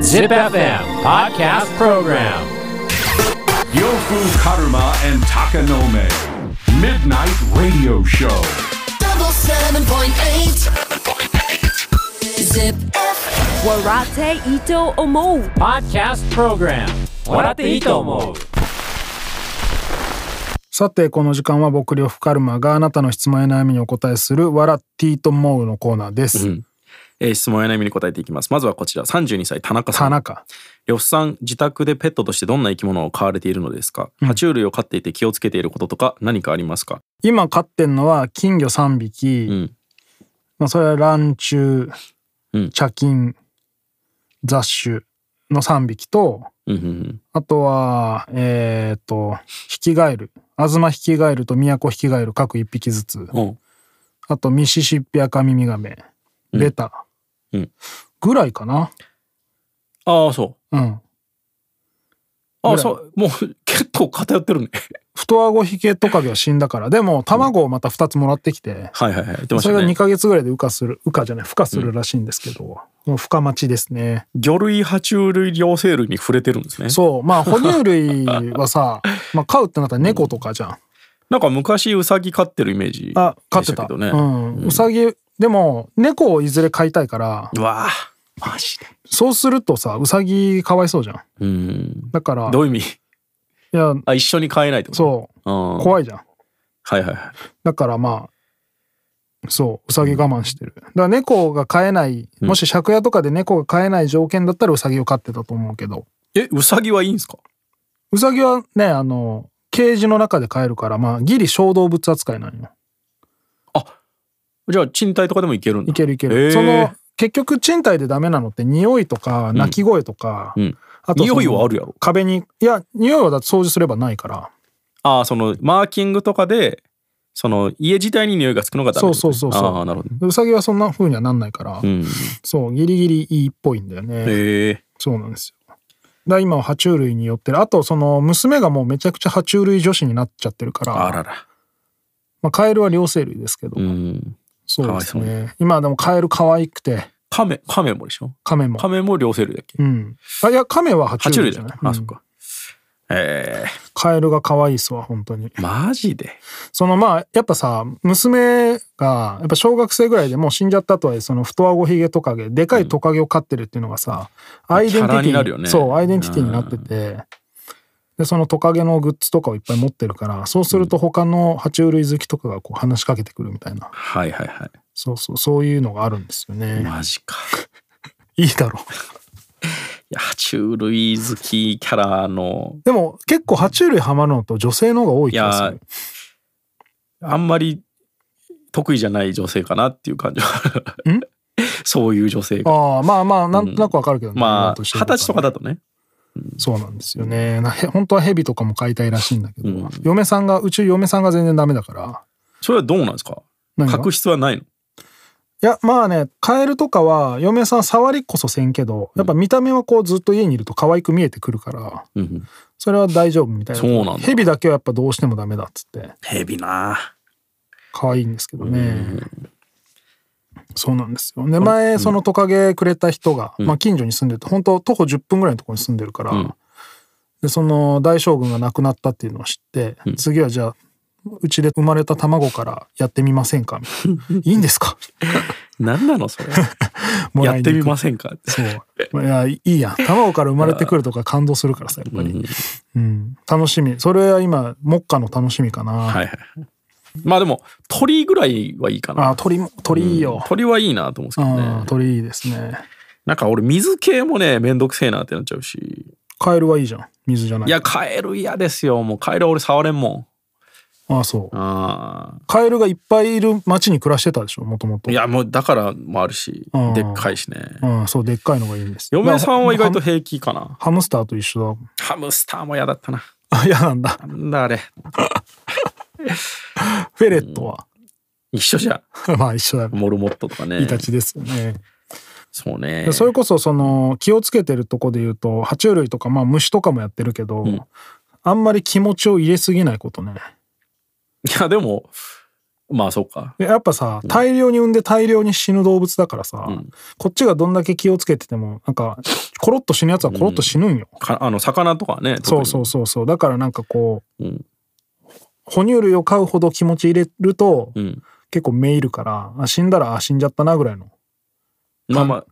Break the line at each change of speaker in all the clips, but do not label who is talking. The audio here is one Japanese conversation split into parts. Zip FM Podcast Program
Yofu Karuma and Takanome. Midnight Radio Show.
double seven point eight. Zip.
Warate Ito Omo
Podcast Program 笑っていいと思う
さてこの時間は僕呂布カルマがあなたの質問や悩みにお答えする「わらっていいと思う」のコーナーです。
えー質問や悩みに答えていきますまずはこちら32歳田中さ
田
ん
中
呂布さん自宅でペットとしてどんな生き物を飼われているのですか、爬虫類を飼っていて気をつけていることとか何かありますか
今飼ってんのは金魚3匹、
ん
まあ、それは卵虫、
うん
茶金雑種の3匹と
うんうんうん
あとはえっ、とヒキガエル東ヒキガエルと都ヒキガエル各1匹ずつ
おう
あとミシシッピアカミミガメベタ、
うん
ぐらいかな。
ああそう
うん
あ
ぐ
あ
らい
そうもう結構偏ってるね
太アゴヒケトカゲは死んだからでも卵をまた2つもらってきて、
はいはいはい言ってまし
そ
た
れが2
ね
ヶ月ぐらいで羽化する羽化じゃない孵化するらしいんですけど、もう孵化待ちですね
魚類爬虫類両生類に触れてるんですね
そうまあ哺乳類はさ まあ飼うってなったら猫とかじゃん、
なんか昔ウサギ飼ってるイメージ
あ飼
で
っ
してた
た
けどね
うん、うさぎでも猫をいずれ飼いたいから
うわあマジで
そうするとさうさぎかわいそうじゃん
うん
だから
どういう意味
いや
あ一緒に飼えないってこと
そう
うんはい
怖いじゃん
はいはい
だからまあそううさぎ我慢してるだから猫が飼えないもし借家とかで猫が飼えない条件だったらうさぎを飼ってたと思うけど
えウサギはいいんですか
うさぎはねあのケージの中で飼えるからまあギリ小動物扱いなんよ
じゃあ賃貸とかでもいけるんだ
いけるいける、
へー
その結局賃貸でダメなのって匂いとか鳴き声とか、
うん
あその
匂いはあるやろ
壁にいや匂いはだって掃除すればないから
ああそのマーキングとかでその家自体に匂いがつくのがダメ
そうそうそうそう
ああなるほどね
うさぎはそんな風にはなんないから、
うん
そうギリギリいいっぽいんだよね
へえ
そうなんですよ。だから今は爬虫類によってるあとその娘がもうめちゃくちゃ爬虫類女子になっちゃってるから
あらら
まあ、カエルは両生類ですけど、
うん
そうです
かわ
ね今でもカエル可愛くて
カメカメもでしょ
カメも
カメも両生類だっけ
うんあいやカメは爬
爬
虫
虫
類
類
じ
だ
ゃ
よ
な
ね
い、
あ
うん
そっかえ
カエルが可愛いっすわ本当に
えマジで
そのまあやっぱさ娘がやっぱ小学生ぐらいでもう死んじゃったとはいえその太あごひげトカゲでかいトカゲを飼ってるっていうのがさ、アイデンティティ
キャラになるよね
そうアイデンティティになってて、でそのトカゲのグッズとかをいっぱい持ってるからそうすると他の爬虫類好きとかがこう話しかけてくるみたいな
はいはいは
そうそうそういうのがあるんですよ
い
ね、
マジか
いいだろう
いや爬虫類好きキャラの
でも結構爬虫類ハマるのと女性の方が多い
い
気がす
や
る
あんまり得意じゃない女性かなっていう感じは
ん
そういう女性が
ああまあまあなんとなくわかるけどね、
まあ
今と
二
し
十
てることはね
歳とかだとね
そうなんですよね。なへ本当はヘビとかも飼いたいらしいんだけど、
うん
嫁さんが、うち嫁さんが全然ダメだから。
それはどうなんですか
何が
確執はないの
いや、まあね、カエルとかは嫁さん触りこそせんけど、やっぱ見た目はこうずっと家にいると可愛く見えてくるから、
うん
それは大丈夫みたいな。
そうなんだ
ヘビだけはやっぱどうしてもダメだっつって、
ヘビな
可愛いんですけどね。そうなんですよ。で、前、そのトカゲくれた人が、まあ近所に住んでて、本当徒歩10分ぐらいのところに住んでるから、
うん
でその大将軍が亡くなったっていうのを知って、次はじゃあうちで生まれた卵からやってみませんかみたいな いいんですか
何なのそれ
も
や
らい
っ
に行
て
く
みませんかって
そういやいいやん卵から生まれてくるとか感動するからさやっぱり、うん楽しみそれは今目下の楽しみかな、
はいはいまあでも鳥ぐらいはいいかな
あ鳥も鳥いいよ、
鳥はいいなと思うんですけど
あ
ね
ー鳥いいですね
なんか俺水系もねめんどくせえなってなっちゃうし
カエルはいいじゃん水じゃない
いやカエル嫌ですよもうカエルは俺触れんも
あーそうん
あ
カエルがいっぱいいる町に暮らしてたでしょもともと
ーいやもうだからもあるし
うん
でっかいしね
うんそうでっかいのがいいんですよ
嫁さんは意外と
ハム
平気かな
ハムスターと一緒だもん
ハムスターも嫌だったな
あ嫌なんだ
なんだあれ
フェレットは、
一緒じゃ ん
まあ一緒だよね
モルモットとかね
イタチですよね、
そうね
それこそその気をつけてるとこで言うと爬虫類とかまあ虫とかもやってるけど、あんまり気持ちを入れすぎないことね
いやでもまあそうか
でやっぱさ大量に産んで大量に死ぬ動物だからさ、こっちがどんだけ気をつけててもなんかコロッと死ぬやつはコロッと死ぬんよ、
かあの魚とかね
そうそうそうそうだからなんかこう、
うん
哺乳類を飼うほど気持ち入れると、
う、うん、
結構めいるからあ死んだらあ死んじゃったなぐらいの
まあまあ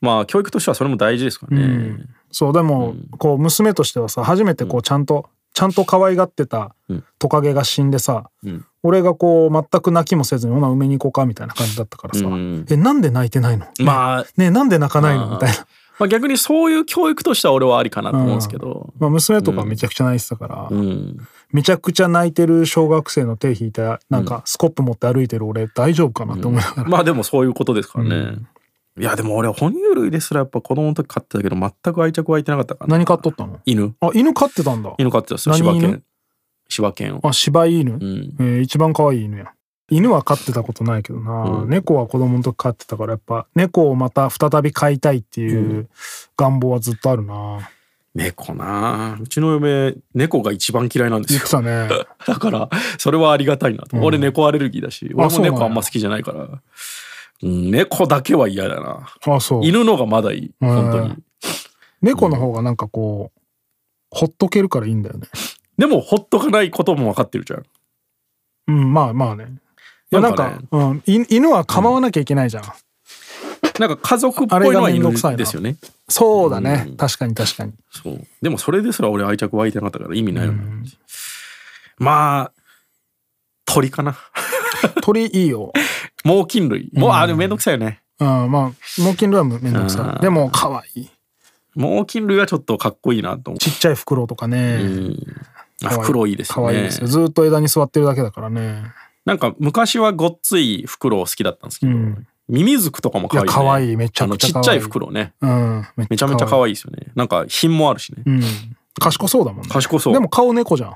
まあ教育としてはそれも大事ですからね、
うんそうでも、こう娘としてはさ初めてこうちゃんと、ちゃんと可愛がってた
うん
トカゲが死んでさ、
ん
俺がこう全く泣きもせずに「ほな埋めに行こうか」みたいな感じだったからさ「
うん
えなんで泣いてないの
まあ
ねえなんで泣かないの?」みたいな、
まあ逆にそういう教育としては俺はありかなと思うんですけど、
まあ、娘とかめちゃくちゃ泣いてたから、
うん、
めちゃくちゃ泣いてる小学生の手引いたなんかスコップ持って歩いてる俺大丈夫かなって思いながら、
まあでもそういうことですからね、いやでも俺哺乳類ですらやっぱ子供の時飼ってたけど全く愛着湧いてなかったから
何飼っとったの
犬
あ犬飼ってたんだ
犬飼ってたんですよ
何犬
柴犬柴犬を
あ柴犬、
うん
えー一番可愛い犬や犬は飼ってたことないけどな、
うん
猫は子供の時飼ってたからやっぱ猫をまた再び飼いたいっていう願望はずっとあるな
猫なあうちの嫁猫が一番嫌いなんです
言って
よ
たね
だからそれはありがたいなと、俺猫アレルギーだし俺
そ
も
うなんや
猫あんま好きじゃないからうん猫だけは嫌だな
あそう
犬のがまだいい
うん
本当に
猫の方がなんかこうほっとけるからいいんだよね
でもほっとかないことも分かってるじゃん
うんまあまあねいやな
な
んん
か
か
ね
うん、い犬は構わなきゃいけないじゃん、
なんか家族っぽいのは
あれがめんどくさい
犬
な
ですよね
そうだね、確かに確かに
そうでもそれですら俺愛着湧いてなかったから意味ないよね、まあ鳥かな
鳥いいよ、
猛禽類もうあれめんどくさいよね
うん、まあ猛禽類はめんどくさ
あー
いでも可愛い
猛禽類はちょっとかっこいいなと思
ちっちゃいフクロウとかね、
う、うん、あフクロウいいです
可
よ
愛い
ね
ですよずーっと枝に座ってるだけだからね
なんか昔はごっついフクロウ好きだったんですけど、
うん
ミミズクとかも可愛い、ね、
いや可愛いめちゃくちゃ
あのちっち
可
ゃ
愛
い
い
フクロウね
うん
めちゃめちゃ可愛いですよねなんか品もあるしね、
うん、賢そうだもんね。
賢そう
でも顔猫じゃん。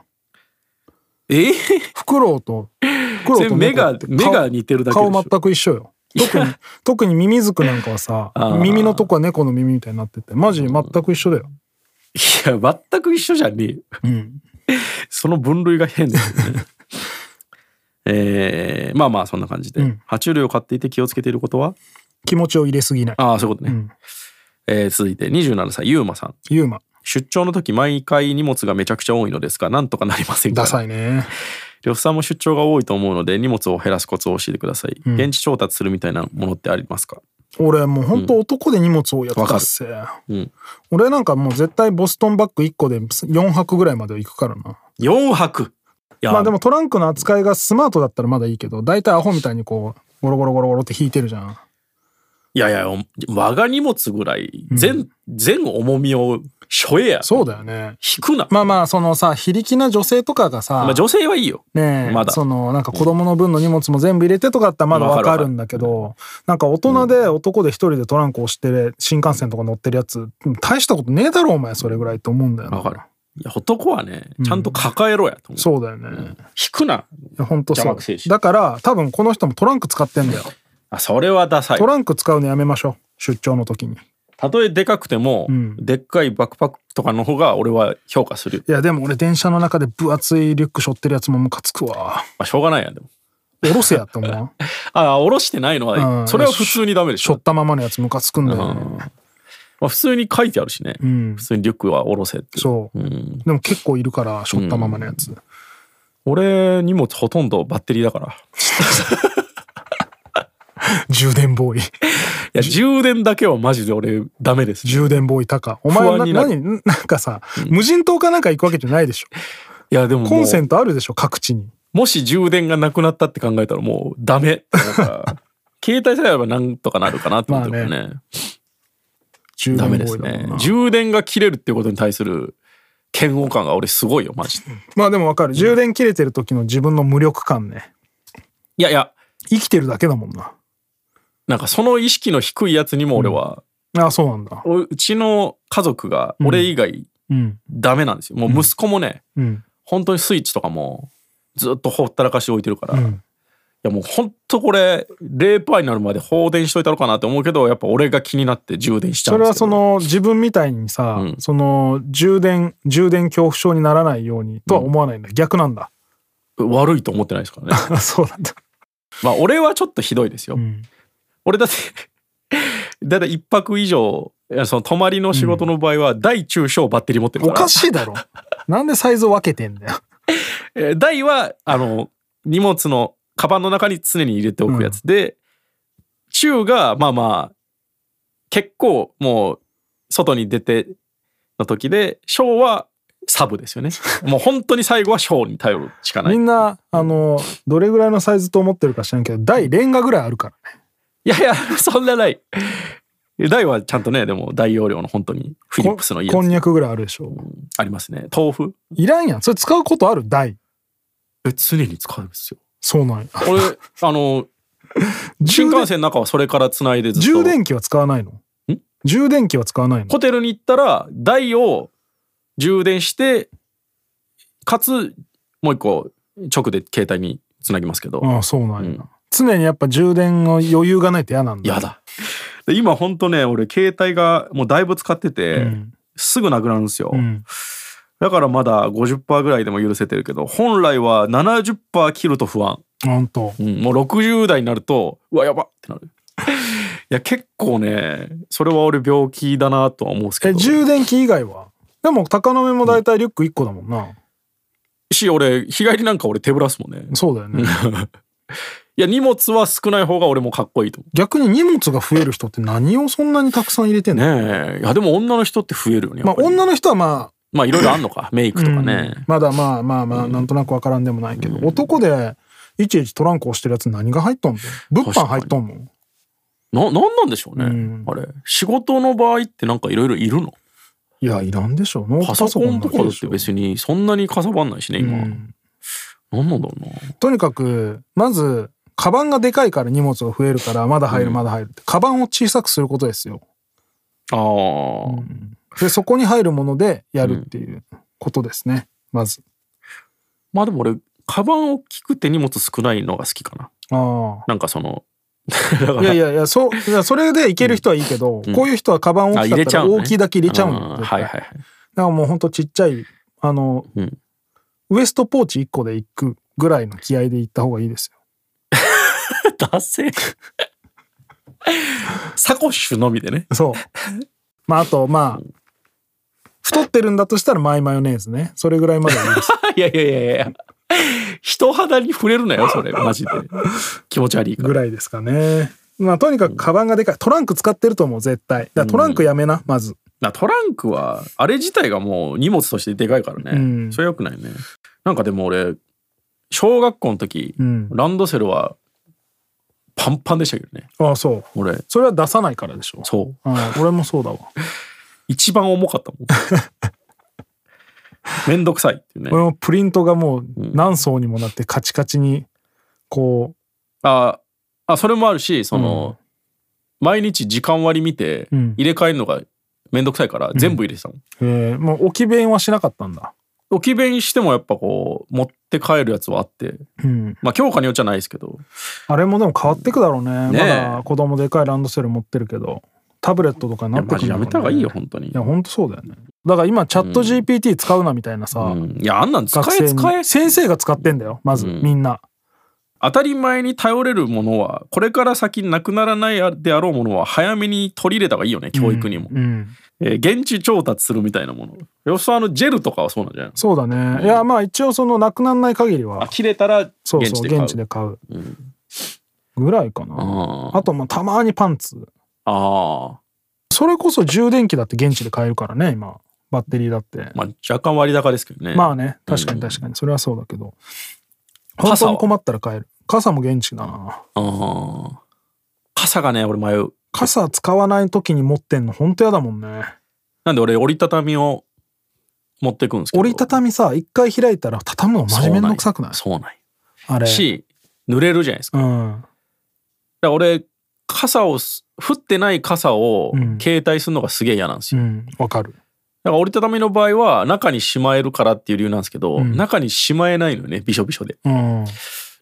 えー、
フクロウと、フクロウ
それ
と
目
猫
が
って
目が似てるだけでし
顔
ょ
顔全く一緒よ。特に、特にミミズクなんかはさ
あー、
耳のとこは猫の耳みたいになってて、マジ全く一緒だよ。
いや全く一緒じゃねえよ
うん。
その分類が変だ よね。えーまあまあそんな感じで、
うん
爬虫類を飼っていて気をつけていることは
気持ちを入れすぎない。
ああそういうことね、
うん
えー続いて27歳ゆうまさん
ユーマ、
出張の時毎回荷物がめちゃくちゃ多いのですがなんとかなりませんか
ダサいね。
呂布さんも出張が多いと思うので荷物を減らすコツを教えてください、
ん
現地調達するみたいなものってありますか
俺もう本当男で荷物多いやつ
わかる
だっせ。
うん
俺なんかもう絶対ボストンバッグ1個で4泊ぐらいまでは行くからな。
4泊いや、
まあでもトランクの扱いがスマートだったらまだいいけど、大体アホみたいにこう、ゴロゴロゴロゴロって引いてるじゃん。
いやいやお我が荷物ぐらい全、全重みをしょえや
そうだよね。
引くな、
まあまあ、そのさ、非力な女性とかがさ、
まあ女性はいいよ
ねえ、
まだ
その、なんか子供の分の荷物も全部入れてとかだったらまだわかるんだけど、なんか大人で男で一人でトランク押して、新幹線とか乗ってるやつ、大したことねえだろ、お前、それぐらいって思うんだよ
わか
な。
る。いや、男はね、ちゃんと抱えろやと思う。
そうだよね。い
引くな。
や、ほんとそ
邪
う
魔くせえし。
だから、多分この人もトランク使ってんだよ。
あ、それはダサい
ト。ランク使うのやめましょう。出張の時に。
たとえでかくても、
ん
でっかいバックパックとかの方が俺は評価するよ。
いや、でも俺電車の中で分厚いリュック背負ってるやつもムカつくわ。
まあ、しょうがないやんでも。
おろせやって 思わん。
あ、下ろしてないのは、
うん
それは普通にダメでし
しょ
ょ
っ。たままのやつムカつくんだよね。
まあ、普通に書いてあるしね。
ん
普通にリュックは下ろせって。
そう、
ん
でも結構いるからしょったままのやつ、
俺、荷物ほとんどバッテリーだから。
充電ボー イ
いや、充電だけはマジで俺ダメです。い
充電ボーイタカお前
不安
な
になる
何 んなんかさ、無人島かなんか行くわけじゃないでしょ
や、でももう
コンセントあるでしょ各地に
もし充電がなくなったって考えたらもうダメって思うから。 携帯さえあればなんとかなるかなと思ってるけどね。
充
ダ
電ボー
メで
イ
す
だも
ね
んな、。
充電が切れるっていうことに対する嫌悪感が俺すごいよ、マジで。
まあでもわかる充電切れてる時の自分の無力感ね
いやいや、
生きてるだけだもんな
なんかその意識の低いやつにも俺は、
あそうなんだ
ううちの家族が俺以外
うん
ダメなんですよ。もう息子もね、
うん
本当にスイッチとかもずっとほったらかして置いてるから、
う
い
ん
やもう本当これ、0%になるまで放電しといたのかなって思うけど、やっぱ俺が気になって充電しちゃう
そ
ん
れ
です
は
けど
その自分みたいにさ、
うん
その充電充電恐怖症にならないようにとは思わないんだ、逆なんだ
悪いと思ってないですからね
あそうなんだ。
まあ俺はちょっとひどいですよ、
うん。
俺だって だいたい一泊以上いやその泊まりの仕事の場合は大中小バッテリー持ってる
お
から、
かしいだ ろ。なんでサイズを分けてんだよ。
えー大はあの荷物のカバンの中に常に入れておくやつで、中がまあまあ結構もう外に出ての時で小はサブ ですよねもう本当に最後は小に頼るしかない
み
い
んな、あの、どれぐらいのサイズと思ってるか知らんけど、大レンガぐらいあるからね。
やいやそんなない大はちゃんとねでも大容量の本当にフィリップスのいいや
こんこん
つ
にゃくぐらいあるでしょ。
ありますね豆腐
いらんやん。それ使うことある大。
え常に使うんですよ
そうなんや。
俺あ の新幹線の中はそれからつないでずっと
充電器は使わないの充電器は使わないの
ホテルに行ったら台を充電してかつもう一個直で携帯につなぎますけど、
ああ、そうなんや。
うん
常にやっぱ充電の余裕がないと嫌なんだ。
やだで今ほんとね俺携帯がもうだいぶ使ってて、
うん
すぐなくなるんですよ、
うん。
だからまだ50%ぐらいでも許せてるけど本来は70%切ると不安、
ほんと。
うんもう60代になるとうわやばってなるいや結構ねそれは俺病気だなとは思うんですけ
え、
ど
充電器以外はでも、高野目も大体リュック1個だもんな。
し俺日帰りなんか俺手ぶらすもんね
そうだよね。
いや荷物は少ない方が俺もかっこいいと思
逆に荷物が増える人って何をそんなにたくさん入れてん
う
の、
ねえいやでも女の人って増えるよねや
ま
っ
あ、
ぱり
女の人はまあ、
まあいろいろあんのかメイクとかね、
うんまだまあまあまあ、なんとなくわからんでもないけど、男で、いちいちトランク押してるやつ何が入っとんの物販入っとんの
ななんなんでしょうね、
うん
あれ仕事の場合ってなんかいろいろいるの
いや、いらんでしょ。ノー
パ
ト
ソコンとかだ
で
っ
してょ
別にそんなにかさばんないしね今、
う
なんんなんだろうな
とにかく、まず、カバンがでかいから荷物が増えるから、まだ入るまだ入るって。カバンを小さくすることですよ。
あー、
で、そこに入るものでやるっていうことですね。まず。
まあでも俺カバン大きくて荷物少ないのが好きかな
あ
なんかそのだか
あ。
ら
いやいやいや、そう、いやそれでいける人はいいけど、こういう人はカバン
あ
大き
入
かっ
れち
た
ゃ
ら
うのね、
大きいだけ入れちゃうの。
あー
絶
は
対
いはいはい
だからもうほんとちっちゃい、あの、
うん
ウエストポーチ1個で行くぐらいの気合で行った方がいいですよ。
ダセえサコッシュのみでね
そう。まあ、あと、まあ、太ってるんだとしたらマイマヨネーズね。それぐらいまではいいです。
いやいやいやいや。人肌に触れるなよ、それ。マジで。気持ち悪いか
ぐ
ら。
らいですかね。まあ、とにかくカバンがでかい。トランク使ってると思う、絶対。だからトランクやめな、まず。
なトランクは、あれ自体がもう荷物としてでかいからね。
うん
それ良くないね。なんかでも俺、小学校の時、
うん
ランドセルはパンパンでしたけどね。
ああ、そう。
俺、
それは出さないからでしょ。
そう。
うん、俺も そうだわ。
一番重かった もん。めんどくさいっていうね
俺。もプリントがもう何層にもなってカチカチに、こ
ああ、それもあるし、その、毎日時間割り見て、
うん
入れ替えるのがめんどくさいから、全部入れてたもん
う、えーもう置き弁はしなかったんだ。
置き弁してもやっぱこう持って帰るやつはあって
うん。
まあ強化によっちゃないですけど
あれもでも変わってくだろうね。
ね
ま
え
だ子供でかいランドセル持ってるけど、タブレットとかに
い
な
や
って
マ
くる
ジ
んだ
や
ろうね
めた方がいいよ本当に
いや、ほんとそうだよね。だから今、チャット GPT 使うなみたいなさ、
うんいやあんなん使
学
え
生
使え
に。先生が使ってんだよ、まず、みんな。
当たり前に頼れるものはこれから先なくならないであろうものは早めに取り入れた方がいいよね教育にも、
うん。
えー現地調達するみたいなもの要するにあのジェルとかはそうなんじゃないの
そうだね。いや、まあ一応、その、なくならない限りは、
切れたら現
そう
地
そう、
で買う
現地で買う。ぐらいかな。
あー
あと、まあ、たまにパンツ。
あ
それこそ充電器だって現地で買えるからね、今。バッテリーだって
ー。まあ若干割高ですけどね
ま
あ
あね、確かに確かに。それはそうだけど。本
傘
当
は
に困ったら買える。傘も現地だな。
あー傘がね俺迷う
傘使わない時に持ってんの本当やだもんね
なんで俺折りたたみを持ってくんですけど
折りたたみさ一回開いたら畳むのマジめんどくさくない
そうなんよ
あれ
し濡れるじゃないですか
う
だか
ん
ら俺傘をす降ってない傘を
うん
携帯するのがすげえ嫌なんです
う
よ、
んわかる
だから折りたたみの場合は中にしまえるからっていう理由なんですけど、
ん
中にしまえないのよねびしょびしょで
うん、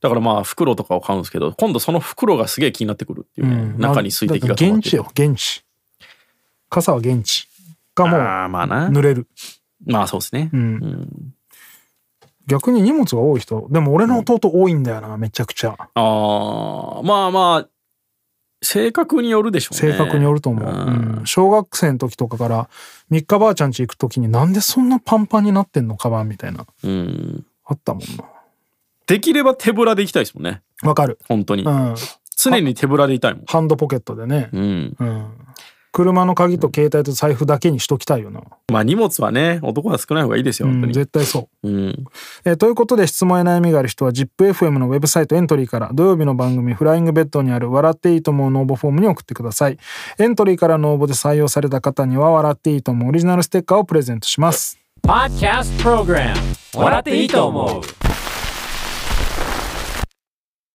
だからまあ袋とかを買うんですけど今度その袋がすげえ気になってくるっていう
う
ね、
ん、
中に水滴が
だから
溜まっ
現
て
地
る
よ現地傘は現地がも
あーまあな
う濡れる
まあそうですね、
うん、逆に荷物が多い人。でも俺の弟多いんだよな、めちゃくちゃ。
ああ、まあまあ、性格によるでしょうね。
性格によると思う。うん小学生の時とかから、三日ばあちゃん家行く時になんでそんなパンパンになってんの、カバンみたいな。
うん。
あったもんな。
できれば手ぶらで行きたいですもんね。
わかる。
本当に
う。ん。
常に手ぶらでいたいもん。
ハンドポケットでね。
うん。
うん。車の鍵と携帯と財布だけにしときたいよな。
まあ荷物はね、男は少ない方がいいですよ、
う
本当
ん、
に。
絶対そう。
うん。
えーということで質問や悩みがある人は ZIPFM のウェブサイトエントリーから土曜日の番組「フライングベッド」にある「笑っていいと思う」の応募フォームに送ってくださいエントリーからの応募で採用された方には「笑っていいと思う」オリジナルステッカーをプレゼントします
Podcast Program 笑っていいと思う